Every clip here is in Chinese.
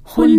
婚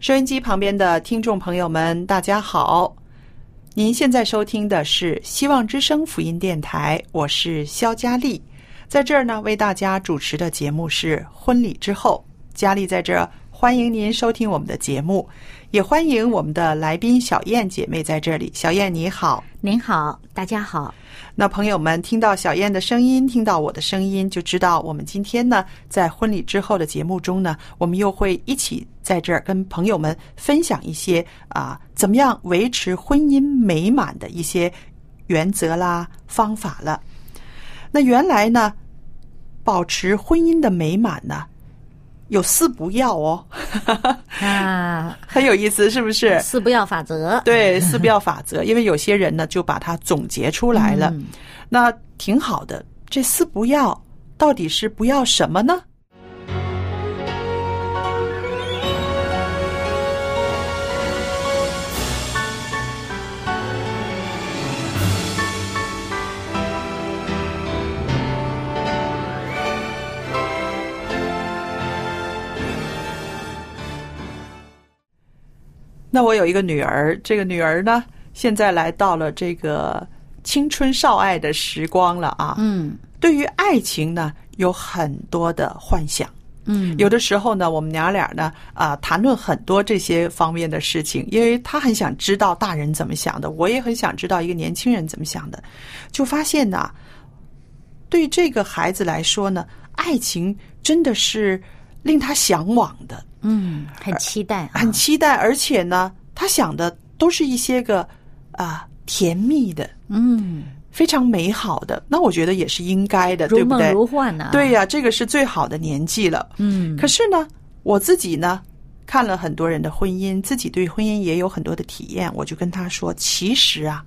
收音机旁边的听众朋友们，大家好！您现在收听的是希望之声福音电台，我是肖佳丽，在这儿呢为大家主持的节目是《婚礼之后》。佳丽在这儿欢迎您收听我们的节目，也欢迎我们的来宾小燕姐妹在这里。小燕你好，您好，大家好。那朋友们听到小燕的声音，听到我的声音，就知道我们今天呢，在婚礼之后的节目中呢，我们又会一起在这儿跟朋友们分享一些啊，怎么样维持婚姻美满的一些原则啦、方法了。那原来呢，保持婚姻的美满呢，有四不要哦， 那很有意思，是不 是？啊四不要法则对，四不要法则，因为有些人呢就把它总结出来了。嗯那挺好的。这四不要到底是不要什么呢？那我有一个女儿，这个女儿呢，现在来到了这个青春少爱的时光了啊。嗯对于爱情呢，有很多的幻想。嗯，有的时候呢，我们娘俩呢，啊、谈论很多这些方面的事情，因为她很想知道大人怎么想的，我也很想知道一个年轻人怎么想的，就发现呢，对这个孩子来说呢，爱情真的是令他向往的，嗯，很期待啊，很期待，而且呢，他想的都是一些个啊、甜蜜的、嗯，非常美好的，那我觉得也是应该的，如对不梦对？如幻呢。对，呀、这个是最好的年纪了。啊嗯，可是呢，我自己呢，看了很多人的婚姻，自己对婚姻也有很多的体验，我就跟他说，其实啊，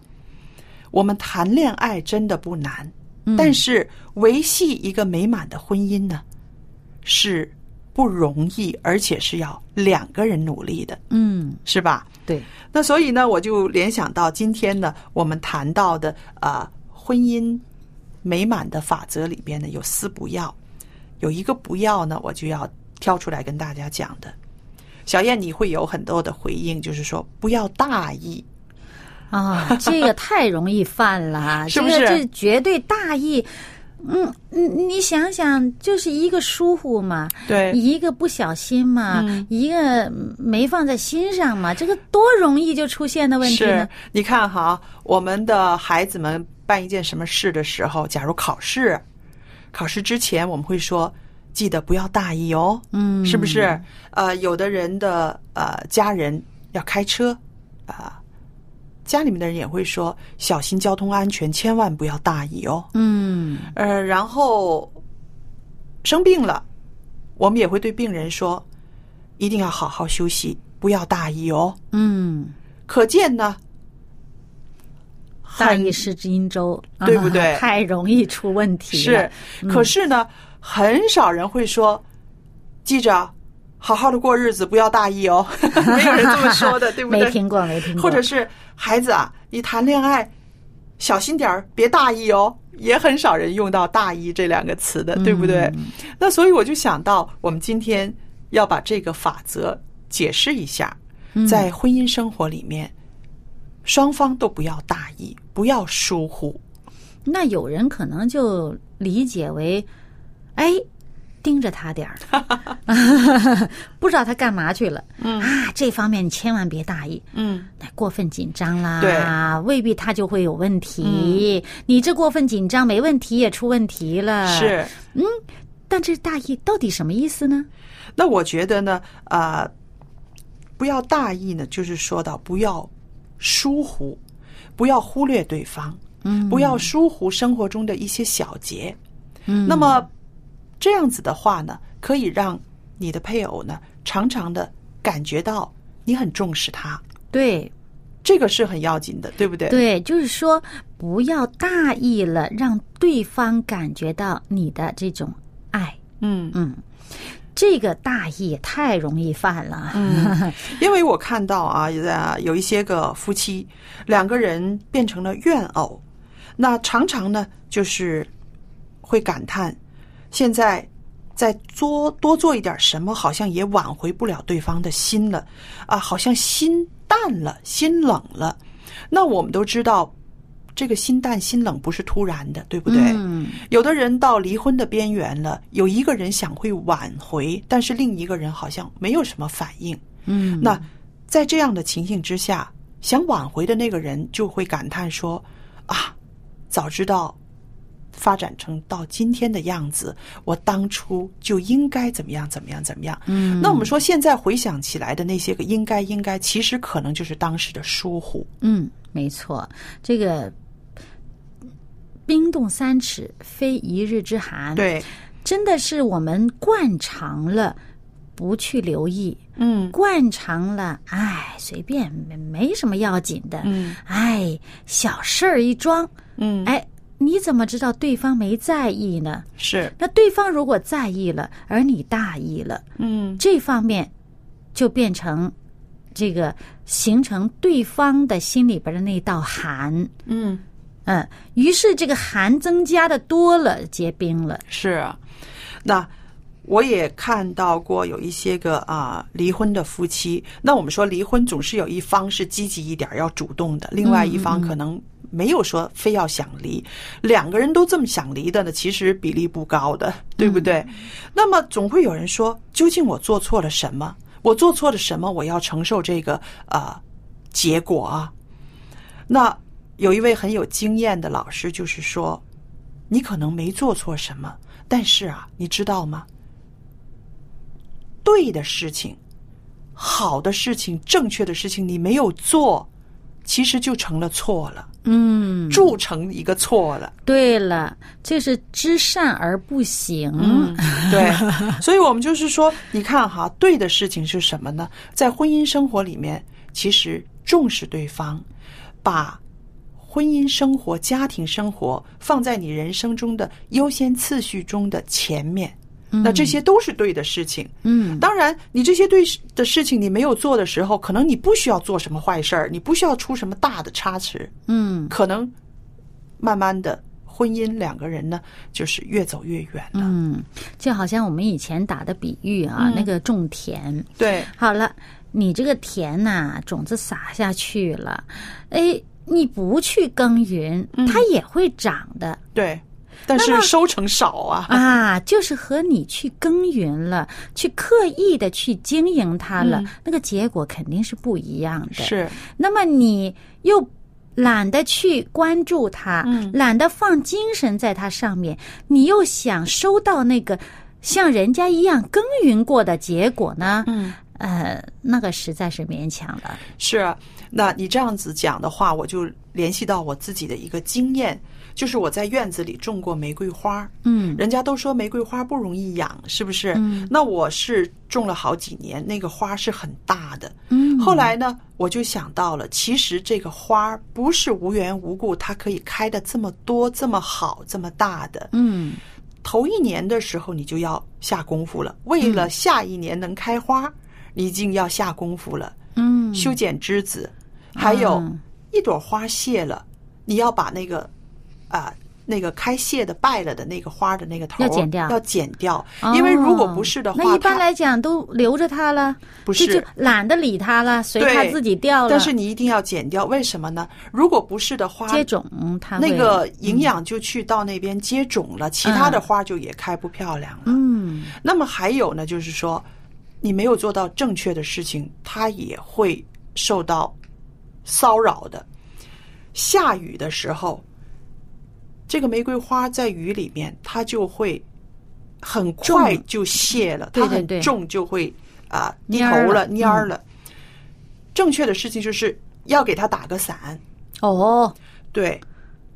我们谈恋爱真的不难，但是维系一个美满的婚姻呢，是不容易，而且是要两个人努力的，嗯，是吧？对，那所以呢，我就联想到今天呢，我们谈到的啊、婚姻美满的法则里边呢，有四不要，有一个不要呢，我就要挑出来跟大家讲的。小燕，你会有很多的回应，就是说不要大意，啊，这个太容易犯 了，是不是这个这绝对大意。嗯，你你想想，就是一个疏忽嘛，对一个不小心嘛，一个没放在心上嘛，这个多容易就出现的问题呢是？，你看哈，我们的孩子们办一件什么事的时候，假如考试，考试之前我们会说，记得不要大意哦，嗯是不是？呃，有的人的呃家人要开车，啊、家里面的人也会说，小心交通安全，千万不要大意哦。嗯呃，然后生病了，我们也会对病人说，一定要好好休息，不要大意哦。嗯，可见呢，大很意失之荆州，对不对啊太容易出问题了。是，可是呢，很少人会说，记着好好的过日子，不要大意 哦。没有人这么说的，对不对？没听过，没听过。或者是孩子啊，你谈恋爱小心点儿，别大意哦。也很少人用到“大意”这两个词的，对不对？嗯那所以我就想到，我们今天要把这个法则解释一下，嗯在婚姻生活里面，双方都不要大意，不要疏忽。那有人可能就理解为，哎，盯着他点 儿，不知道他干嘛去了。嗯啊，这方面你千万别大意，嗯，哎过分紧张啦，对嗯未必他就会有问题。你这过分紧张，没问题也出问题了。，是。但这大意到底什么意思呢？那我觉得呢，啊，不要大意呢，就是说到不要疏忽，不要忽略对方，嗯，不要疏忽生活中的一些小节。嗯那么这样子的话呢，可以让你的配偶呢，常常的感觉到你很重视他，对，这个是很要紧的，对不对？对，就是说不要大意了，让对方感觉到你的这种爱。嗯，嗯，这个大意也太容易犯了。因为我看到啊，呃，有一些个夫妻两个人变成了怨偶，那常常呢就是会感叹，现在再做多做一点什么，好像也挽回不了对方的心了啊，好像心淡了，心冷了。那我们都知道，这个心淡心冷不是突然的，对不对？嗯，有的人到离婚的边缘了，有一个人想会挽回，但是另一个人好像没有什么反应。嗯，那在这样的情形之下，想挽回的那个人就会感叹说：“啊，早知道发展成到今天的样子，我当初就应该怎么样怎么样怎么样。”嗯，那我们说现在回想起来的那些个应该应该，其实可能就是当时的疏忽。嗯，没错，这个冰冻三尺，非一日之寒。，对，真的是我们惯常了不去留意，嗯惯常了，哎，随便没没什么要紧的，嗯哎，小事儿一桩，嗯，哎，你怎么知道对方没在意呢？是，那对方如果在意了，而你大意了，嗯这方面就变成这个形成对方的心里边的那道寒，嗯。嗯，于是这个寒增加的多了，结冰了，是啊，那我也看到过有一些个啊离婚的夫妻。那我们说离婚总是有一方是积极一点儿，要主动的，另外一方可能没有说非要想离。两个人都这么想离的呢，其实比例不高的，对不对？那么总会有人说，究竟我做错了什么？我做错了什么？我要承受这个啊、结果啊？那有一位很有经验的老师就是说，你可能没做错什么，但是啊，你知道吗？对的事情、好的事情、正确的事情，你没有做，其实就成了错了，嗯，铸成一个错了。对了，这是知善而不行，嗯，对，所以我们就是说，你看哈，对的事情是什么呢？在婚姻生活里面，其实重视对方，把婚姻生活、家庭生活放在你人生中的优先次序中的前面，那这些都是对的事情。嗯当然，你这些对的事情你没有做的时候，可能你不需要做什么坏事儿，你不需要出什么大的差池，嗯可能慢慢的婚姻两个人呢，就是越走越远啊了。嗯，就好像我们以前打的比喻啊，那个种田，对，好了，你这个田呐、种子撒下去了，哎，你不去耕耘，它也会长的、对，但是收成少啊。啊。就是和你去耕耘了，去刻意的去经营它了，那个结果肯定是不一样的。，是，那么你又。懒得去关注它，嗯懒得放精神在它上面，你又想收到那个像人家一样耕耘过的结果呢？嗯，呃，那个实在是勉强了。是啊。那你这样子讲的话，我就联系到我自己的一个经验，就是我在院子里种过玫瑰花。嗯人家都说玫瑰花不容易养，是不是？那我是种了好几年，那个花是很大的。嗯后来呢，我就想到了，其实这个花不是无缘无故它可以开的这么多、这么好、这么大的。嗯头一年的时候你就要下功夫了，为了下一年能开花，你已经要下功夫了。嗯，修剪枝子，还有嗯一朵花谢了，你要把那个啊、那个开谢的败了的那个花的那个头儿要剪掉要剪掉，因为如果不是的哦话，那一般它来讲都留着它了，不这是就懒得理它了，随它对自己掉了。但是你一定要剪掉，为什么呢？如果不是的话，接种它会嗯那个营养就去到那边接种了，其他的花就也开不漂亮了。嗯那么还有呢，就是说你没有做到正确的事情，它也会受到骚扰的。下雨的时候，这个玫瑰花在雨里面，它就会很快重就谢了，对对它对很重就会啊、低蔫儿头了了、蔫儿了。正确的事情就是要给它打个伞，哦，对，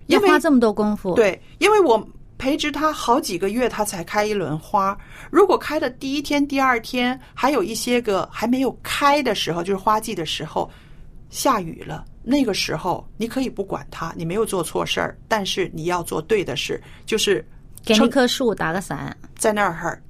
因要为花这么多功夫，，对，因为我培植它好几个月，它才开一轮花。如果开的第一天、第二天，还有一些个还没有开的时候，就是花季的时候，下雨了。那个时候你可以不管它，你没有做错事儿，但是你要做对的事，就是给那撑棵树打个伞，在那儿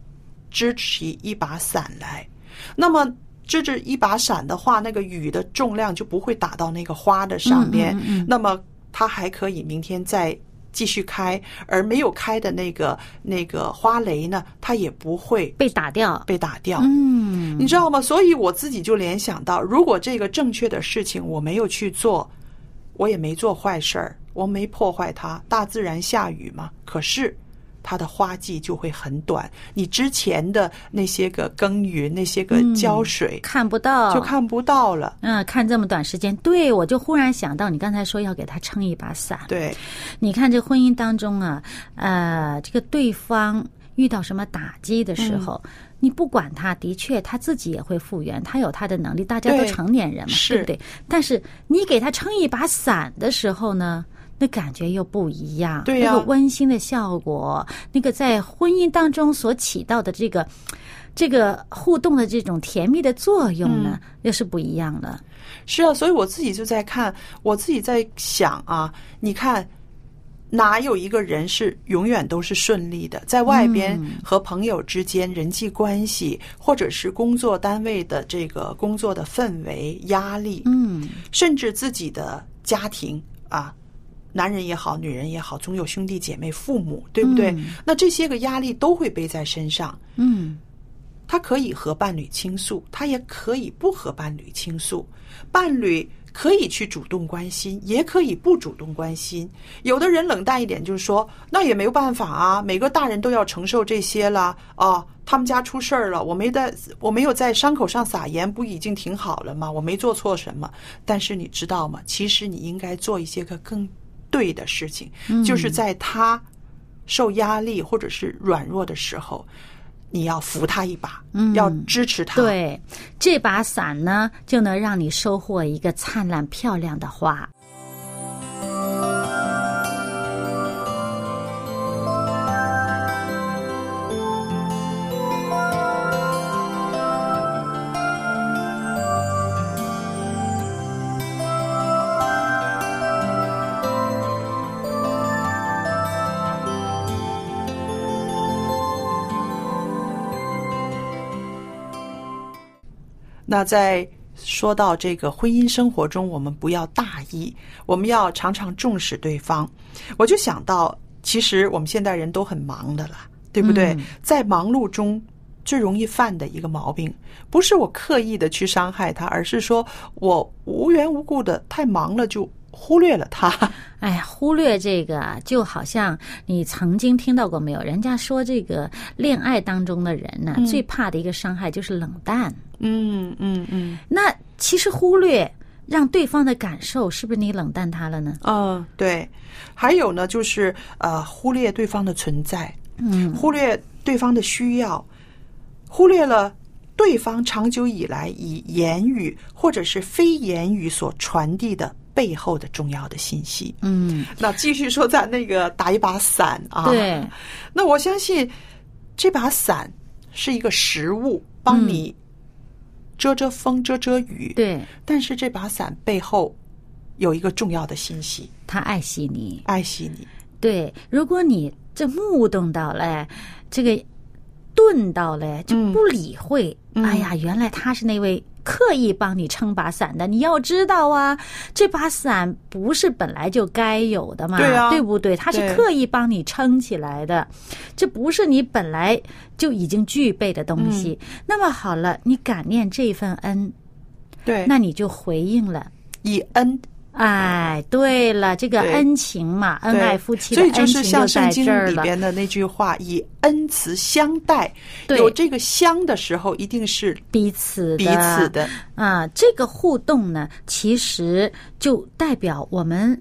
支起一把伞来。那么支着一把伞的话，那个雨的重量就不会打到那个花的上面，嗯嗯嗯那么它还可以明天再继续开，而没有开的那个那个花蕾呢，它也不会被打掉，被打掉。嗯，你知道吗？所以我自己就联想到，如果这个正确的事情我没有去做，我也没做坏事儿，我没破坏它，大自然下雨嘛。可是它的花季就会很短，你之前的那些个耕耘、那些个嗯浇水、看不到，就看不到了。嗯，看这么短时间，对我就忽然想到，你刚才说要给他撑一把伞。对，你看这婚姻当中啊，呃，这个对方遇到什么打击的时候，你不管他，的确他自己也会复原，他有他的能力，大家都对成年人嘛，是对不对？但是你给他撑一把伞的时候呢？那感觉又不一样，对呀那个温馨的效果，那个在婚姻当中所起到的这个，这个互动的这种甜蜜的作用呢，又是不一样的。是啊，所以我自己就在看，我自己在想啊，你看。哪有一个人是永远都是顺利的？在外边嗯和朋友之间人际关系，或者是工作单位的这个工作的氛围、压力，嗯，甚至自己的家庭啊，男人也好，女人也好，总有兄弟姐妹、父母，对不对？嗯那这些个压力都会背在身上。嗯，他可以和伴侣倾诉，他也可以不和伴侣倾诉，伴侣可以去主动关心，也可以不主动关心。有的人冷淡一点，就是说那也没有办法啊，每个大人都要承受这些了啊。他们家出事儿了，我没在，我没有在伤口上撒盐，不已经挺好了吗？我没做错什么。但是你知道吗？其实你应该做一些个更对的事情，就是在他受压力或者是软弱的时候，你要扶他一把，嗯要支持他。，对，这把伞呢，就能让你收获一个灿烂漂亮的花。那在说到这个婚姻生活中，我们不要大意，我们要常常重视对方。我就想到，其实我们现代人都很忙的啦，对不对？嗯在忙碌中。最容易犯的一个毛病，不是我刻意的去伤害他，而是说我无缘无故的太忙了，就忽略了他。 哎呀，忽略这个啊，就好像你曾经听到过没有？人家说这个恋爱当中的人呢、最怕的一个伤害就是冷淡。嗯嗯嗯那其实忽略让对方的感受，是不是你冷淡他了呢？嗯，对。还有呢，就是呃，忽略对方的存在，嗯，忽略对方的需要，忽略了对方长久以来以言语或者是非言语所传递的背后的重要的信息。嗯，那继续说，咱那个打一把伞啊，对，那我相信这把伞是一个食物，帮你遮遮风、遮遮雨。，嗯对，但是这把伞背后有一个重要的信息。他爱惜你。爱惜你。对，如果你这目瞪到嘞，这个顿到嘞，就嗯不理会。哎呀，原来他是那位刻意帮你撑把伞的。你要知道啊，这把伞不是本来就该有的嘛，对啊不对？他是对刻意帮你撑起来的，这不是你本来就已经具备的东西。嗯那么好了，你感念这份恩，对，那你就回应了。以恩哎，对了，这个对恩情嘛，恩对爱夫妻的所以恩就是情像就圣在经这儿里了。边的那句话，以恩慈相待。对有这个相的时候，一定是彼此的彼此的。啊，这个互动呢，其实就代表我们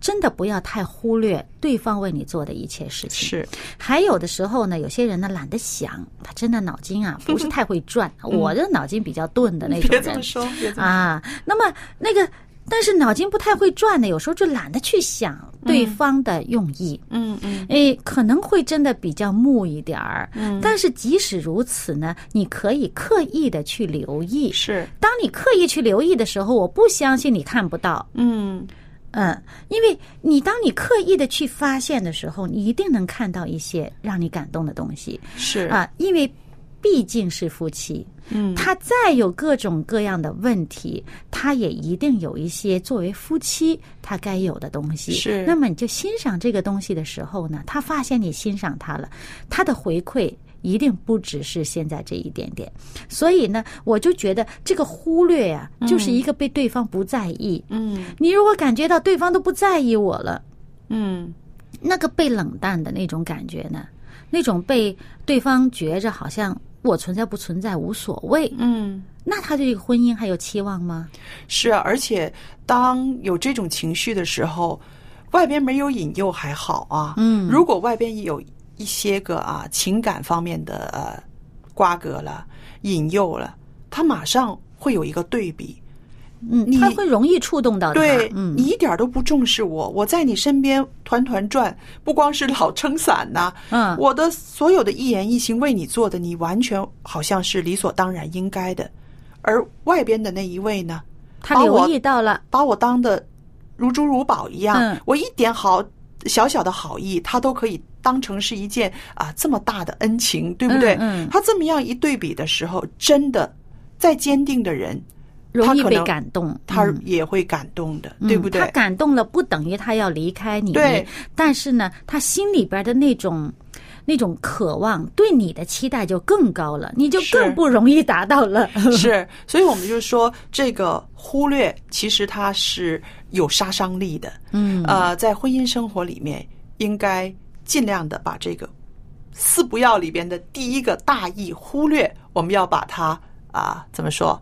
真的不要太忽略对方为你做的一切事情。是，还有的时候呢，有些人呢懒得想，他真的脑筋 啊不是太会转。我这脑筋比较钝的那种嗯别这人么说，别这么啊，那么那个但是脑筋不太会转的，有时候就懒得去想对方的用意。嗯嗯，诶，哎可能会真的比较木一点儿，嗯，但是即使如此呢，你可以刻意的去留意。是，当你刻意去留意的时候，我不相信你看不到，嗯，嗯，因为你当你刻意的去发现的时候，你一定能看到一些让你感动的东西是，啊，因为毕竟是夫妻，嗯，他再有各种各样的问题，他也一定有一些作为夫妻他该有的东西。是那么你就欣赏这个东西的时候呢，他发现你欣赏他了，他的回馈一定不只是现在这一点点。所以呢，我就觉得这个忽略呀、就是一个被对方不在意。嗯你如果感觉到对方都不在意我了，嗯，那个被冷淡的那种感觉呢，那种被对方觉着好像我存在不存在无所谓，嗯。那他对这个婚姻还有期望吗？是啊，而且当有这种情绪的时候，外边没有引诱还好啊。嗯如果外边有一些个啊情感方面的呃瓜葛了、引诱了，他马上会有一个对比。嗯，你他会容易触动到他。对、嗯你一点都不重视我，我在你身边团团转，不光是老撑伞呐、嗯我的所有的一言一行为你做的，你完全好像是理所当然应该的。而外边的那一位呢，他把留我意到了，把我当的如珠如宝一样，嗯我一点好小小的好意，他都可以当成是一件啊这么大的恩情，对不对？嗯嗯他这么样一对比的时候，真的再坚定的人，容易他可被能感动，他嗯也会感动的，嗯对不对他？感动了，不等于他要离开你。对，但是呢，他心里边的那种。那种渴望对你的期待就更高了，你就是更不容易达到 了。是，所以我们就说这个忽略，其实它是有杀伤力的。嗯，呃，在婚姻生活里面，应该尽量的把这个四不要里边的第一个大意忽略，我们要把它啊、怎么说，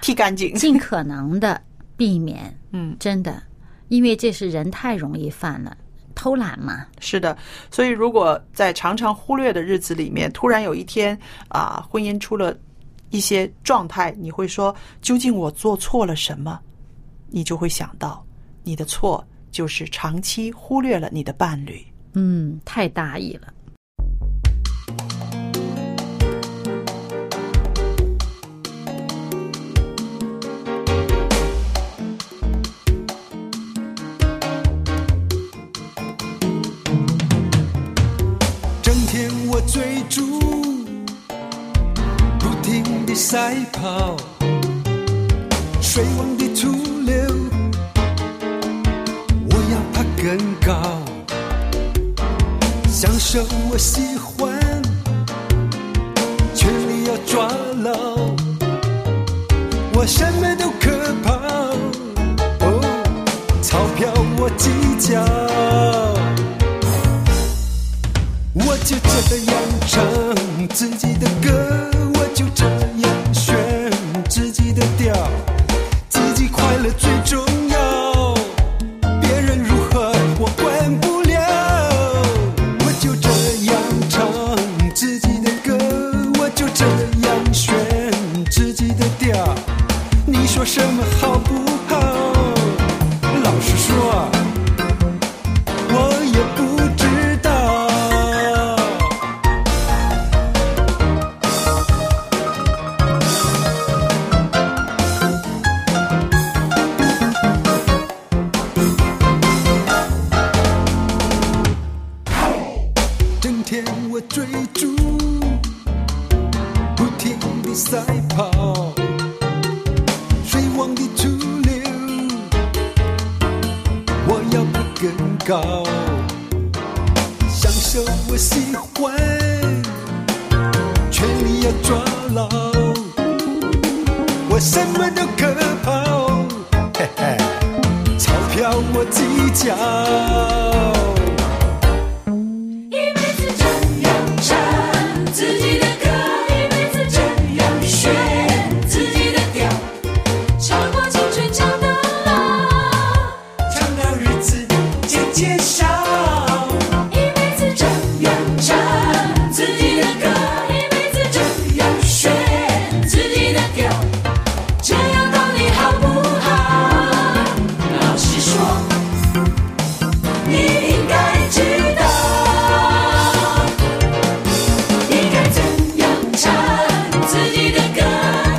剃干 净。尽可能的避免，嗯，真的，因为这是人太容易犯了，偷懒嘛。是的，所以如果在常常忽略的日子里面，突然有一天啊、婚姻出了一些状态，你会说究竟我做错了什么？你就会想到你的错就是长期忽略了你的伴侣。嗯，太大意了。整天我追逐，不停地赛跑，水往低处流，我要爬更高，享受我喜欢，全力要抓牢，我什么都可抛，哦，钞票我计较。我就这样唱自己的歌，我就这样选自己的调，自己快乐最重要，别人如何我管不了。我就这样唱自己的歌，我就这样选自己的调，你说什么好不好？老实说。我也不知道。高，享受我喜欢，权力要抓牢，我什么都可抛，嘿嘿，钞票我计较。一辈子这样唱自己的歌，一辈子这样学自己的调，唱过青春，唱到老，长到日子渐渐少，一辈子这样唱自己的歌，一辈子这样学自己的调，这样到底好不好？老实说，你应该知道。你该怎样唱自己的歌？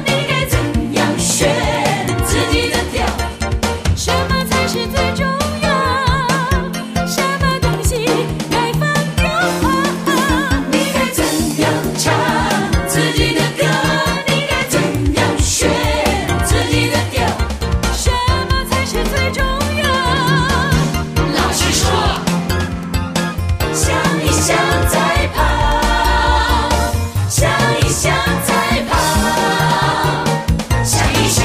你该怎样选自己的调？什么才是最重要？什么东西该放掉？你该怎样唱自己的歌？你该怎样选自己的调？什么才是最重要？老实说。想一想再跑，想一想再跑，想一想。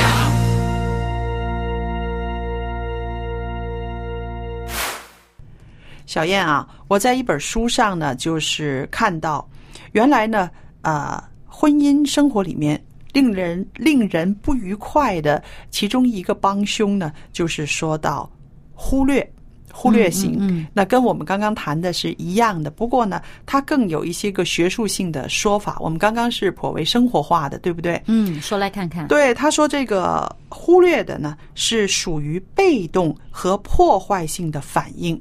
小燕啊，我在一本书上呢，就是看到，原来呢，啊、婚姻生活里面令人令人不愉快的其中一个帮凶呢，就是说到忽略。忽略型，嗯嗯那跟我们刚刚谈的是一样的，不过呢，它更有一些个学术性的说法。我们刚刚是颇为生活化的，对不对？嗯，说来看看。对，他说这个忽略的呢，是属于被动和破坏性的反应。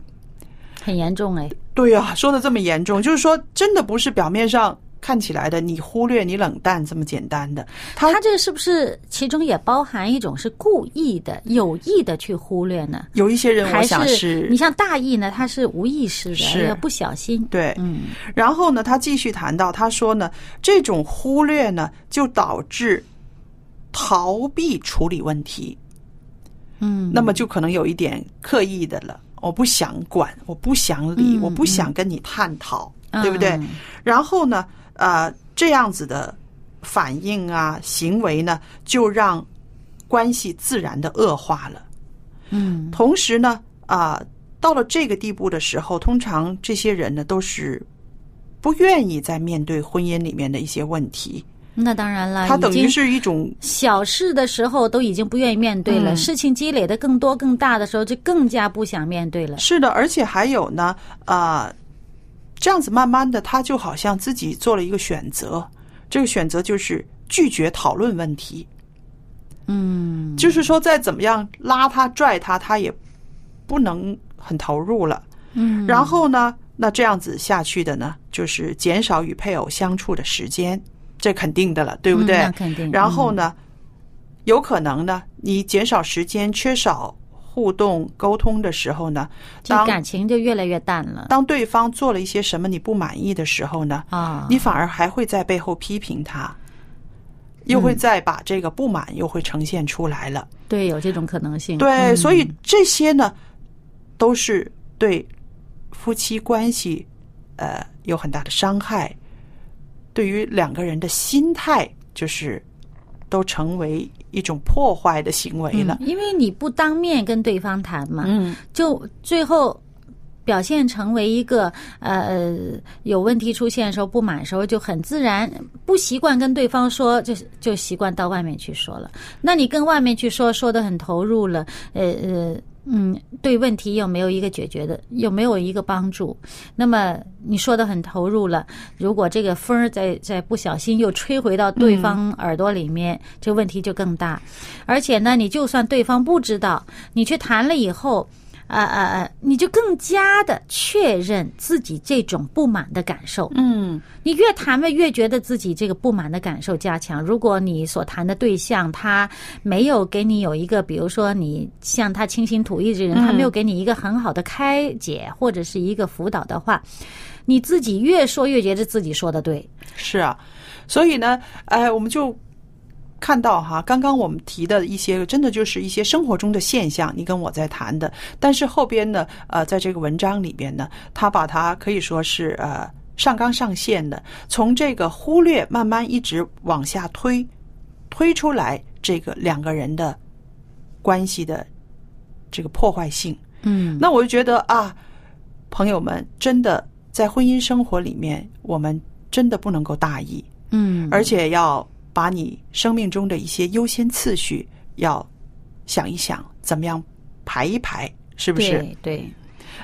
很严重哎。对呀、说的这么严重，就是说真的不是表面上看起来的你忽略、你冷淡这么简单的。他他这个是不是其中也包含一种是故意的、有意的去忽略呢？有一些人，我还想是你像大意呢，他是无意识是的，也不小心。对，嗯，然后呢，他继续谈到，他说呢，这种忽略呢，就导致逃避处理问题。嗯，那么就可能有一点刻意的了。我不想管，我不想理，嗯我不想跟你探讨，嗯对不对嗯？然后呢，呃，这样子的反应啊、行为呢，就让关系自然的恶化了。嗯同时呢，啊、到了这个地步的时候，通常这些人呢都是不愿意再面对婚姻里面的一些问题，那当然了，他等啊已于经是一种小事的时候都已经不愿意面对了，嗯事情积累的更多更大的时候，就更加不想面对了。是的，而且还有呢，啊，这样子慢慢的，他就好像自己做了一个选择，这个选择就是拒绝讨论问题，嗯，就是说再怎么样拉他拽他，他也不能很投入了。嗯，然后呢，那这样子下去的呢，就是减少与配偶相处的时间，这肯定的了，对不嗯对？那肯定。嗯然后呢，有可能呢，你减少时间，缺少互动沟通的时候呢，嗯，这当感情就越来越淡了当对方做了一些什么你不满意的时候呢，啊。你反而还会在背后批评他，又嗯会再把这个不满又会呈现出来了。对，有这种可能性。对，嗯所以这些呢，都是对夫妻关系呃有很大的伤害，对于两个人的心态就是都成为一种破坏的行为了嗯。因为你不当面跟对方谈嘛，嗯，就最后表现成为一个呃有问题出现的时候不满的时候就很自然，不习惯跟对方说，就就习惯到外面去说了。那你跟外面去说，说的很投入了，呃呃。嗯，对问题有没有一个解决的，有没有一个帮助？那么你说的很投入了，如果这个风儿再再不小心又吹回到对方耳朵里面，这问题就更大。而且呢，你就算对方不知道，你去谈了以后，呃呃呃，你就更加的确认自己这种不满的感受。嗯，你越谈吧，越觉得自己这个不满的感受加强。如果你所谈的对象他没有给你有一个，比如说你向他倾心吐意之人，他没有给你一个很好的开解或者是一个辅导的话，你自己越说越觉得自己说的对。呃是啊，所以呢，哎，我们就看到哈，刚刚我们提的一些，真的就是一些生活中的现象，你跟我在谈的。但是后边呢，呃，在这个文章里边呢，他把它可以说是呃上纲上线的，从这个忽略慢慢一直往下推，推出来这个两个人的关系的这个破坏性。嗯，那我就觉得啊，朋友们，真的在婚姻生活里面，我们真的不能够大意，嗯，而且要把你生命中的一些优先次序要想一想，怎么样排一排，是不是？对对，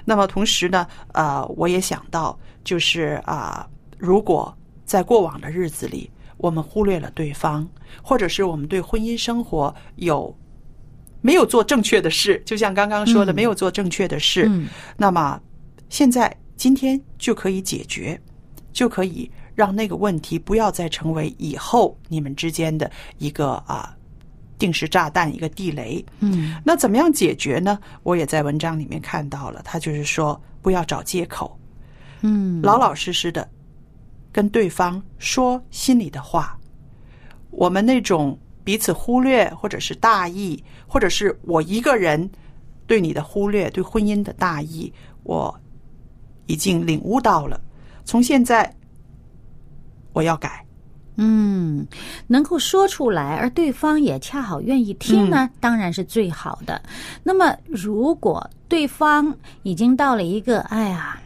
那么同时呢，呃，我也想到，就是啊、如果在过往的日子里，我们忽略了对方，或者是我们对婚姻生活有没有做正确的事，就像刚刚说的，嗯没有做正确的事，嗯那么现在今天就可以解决，就可以让那个问题不要再成为以后你们之间的一个啊定时炸弹，一个地雷。嗯那怎么样解决呢？我也在文章里面看到了，他就是说不要找借口，嗯，老老实实的跟对方说心里的话。我们那种彼此忽略，或者是大意，或者是我一个人对你的忽略，对婚姻的大意，我已经领悟到了。从现在，我要改。嗯，能够说出来，而对方也恰好愿意听呢，当然是最好的。那么，如果对方已经到了一个哎呀，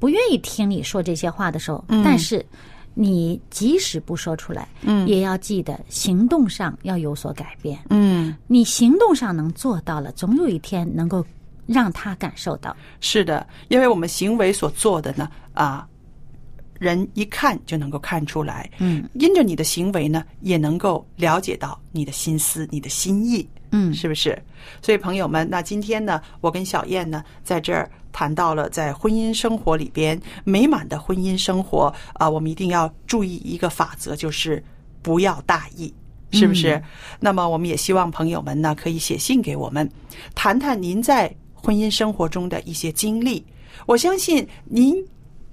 不愿意听你说这些话的时候，但是你即使不说出来，嗯，也要记得行动上要有所改变。嗯，你行动上能做到了，总有一天能够让他感受到。是的，因为我们行为所做的呢，啊，人一看就能够看出来。嗯，因着你的行为呢，也能够了解到你的心思、你的心意，嗯是不是？所以朋友们，那今天呢，我跟小燕呢，在这儿谈到了在婚姻生活里边美满的婚姻生活啊，我们一定要注意一个法则，就是不要大意。是不是？那么我们也希望朋友们呢，可以写信给我们，谈谈您在婚姻生活中的一些经历。我相信您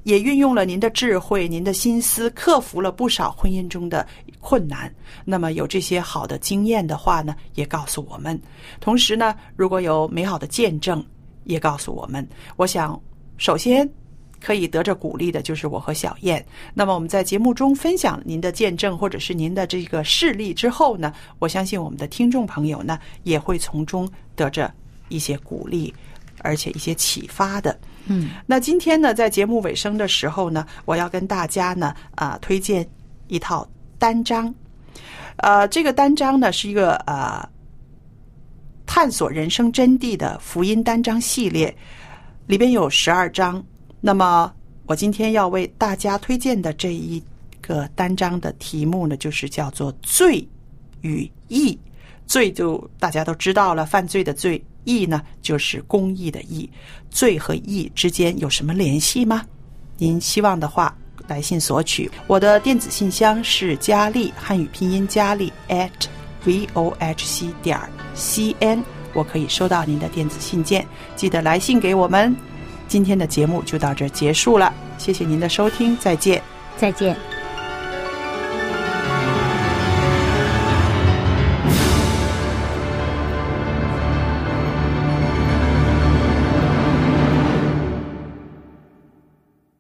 也运用了您的智慧、您的心思，克服了不少婚姻中的困难。那么有这些好的经验的话呢，也告诉我们。同时呢，如果有美好的见证，也告诉我们。我想，首先。可以得着鼓励的就是我和小燕。那么我们在节目中分享您的见证或者是您的这个事例之后呢，我相信我们的听众朋友呢也会从中得着一些鼓励，而且一些启发的。嗯那今天呢，在节目尾声的时候呢，我要跟大家呢啊、推荐一套单章，呃，这个单章呢是一个呃探索人生真谛的福音单章系列，里边有十二章。那么我今天要为大家推荐的这一个单章的题目呢，就是叫做“罪与义”。罪就大家都知道了，犯罪的罪；义呢，就是公义的义。罪和义之间有什么联系吗？您希望的话，来信索取。我的电子信箱是佳丽，汉语拼音佳丽 at v o h c 点 c n，我可以收到您的电子信件，记得来信给我们。今天的节目就到这儿结束了，谢谢您的收听，再见。再见。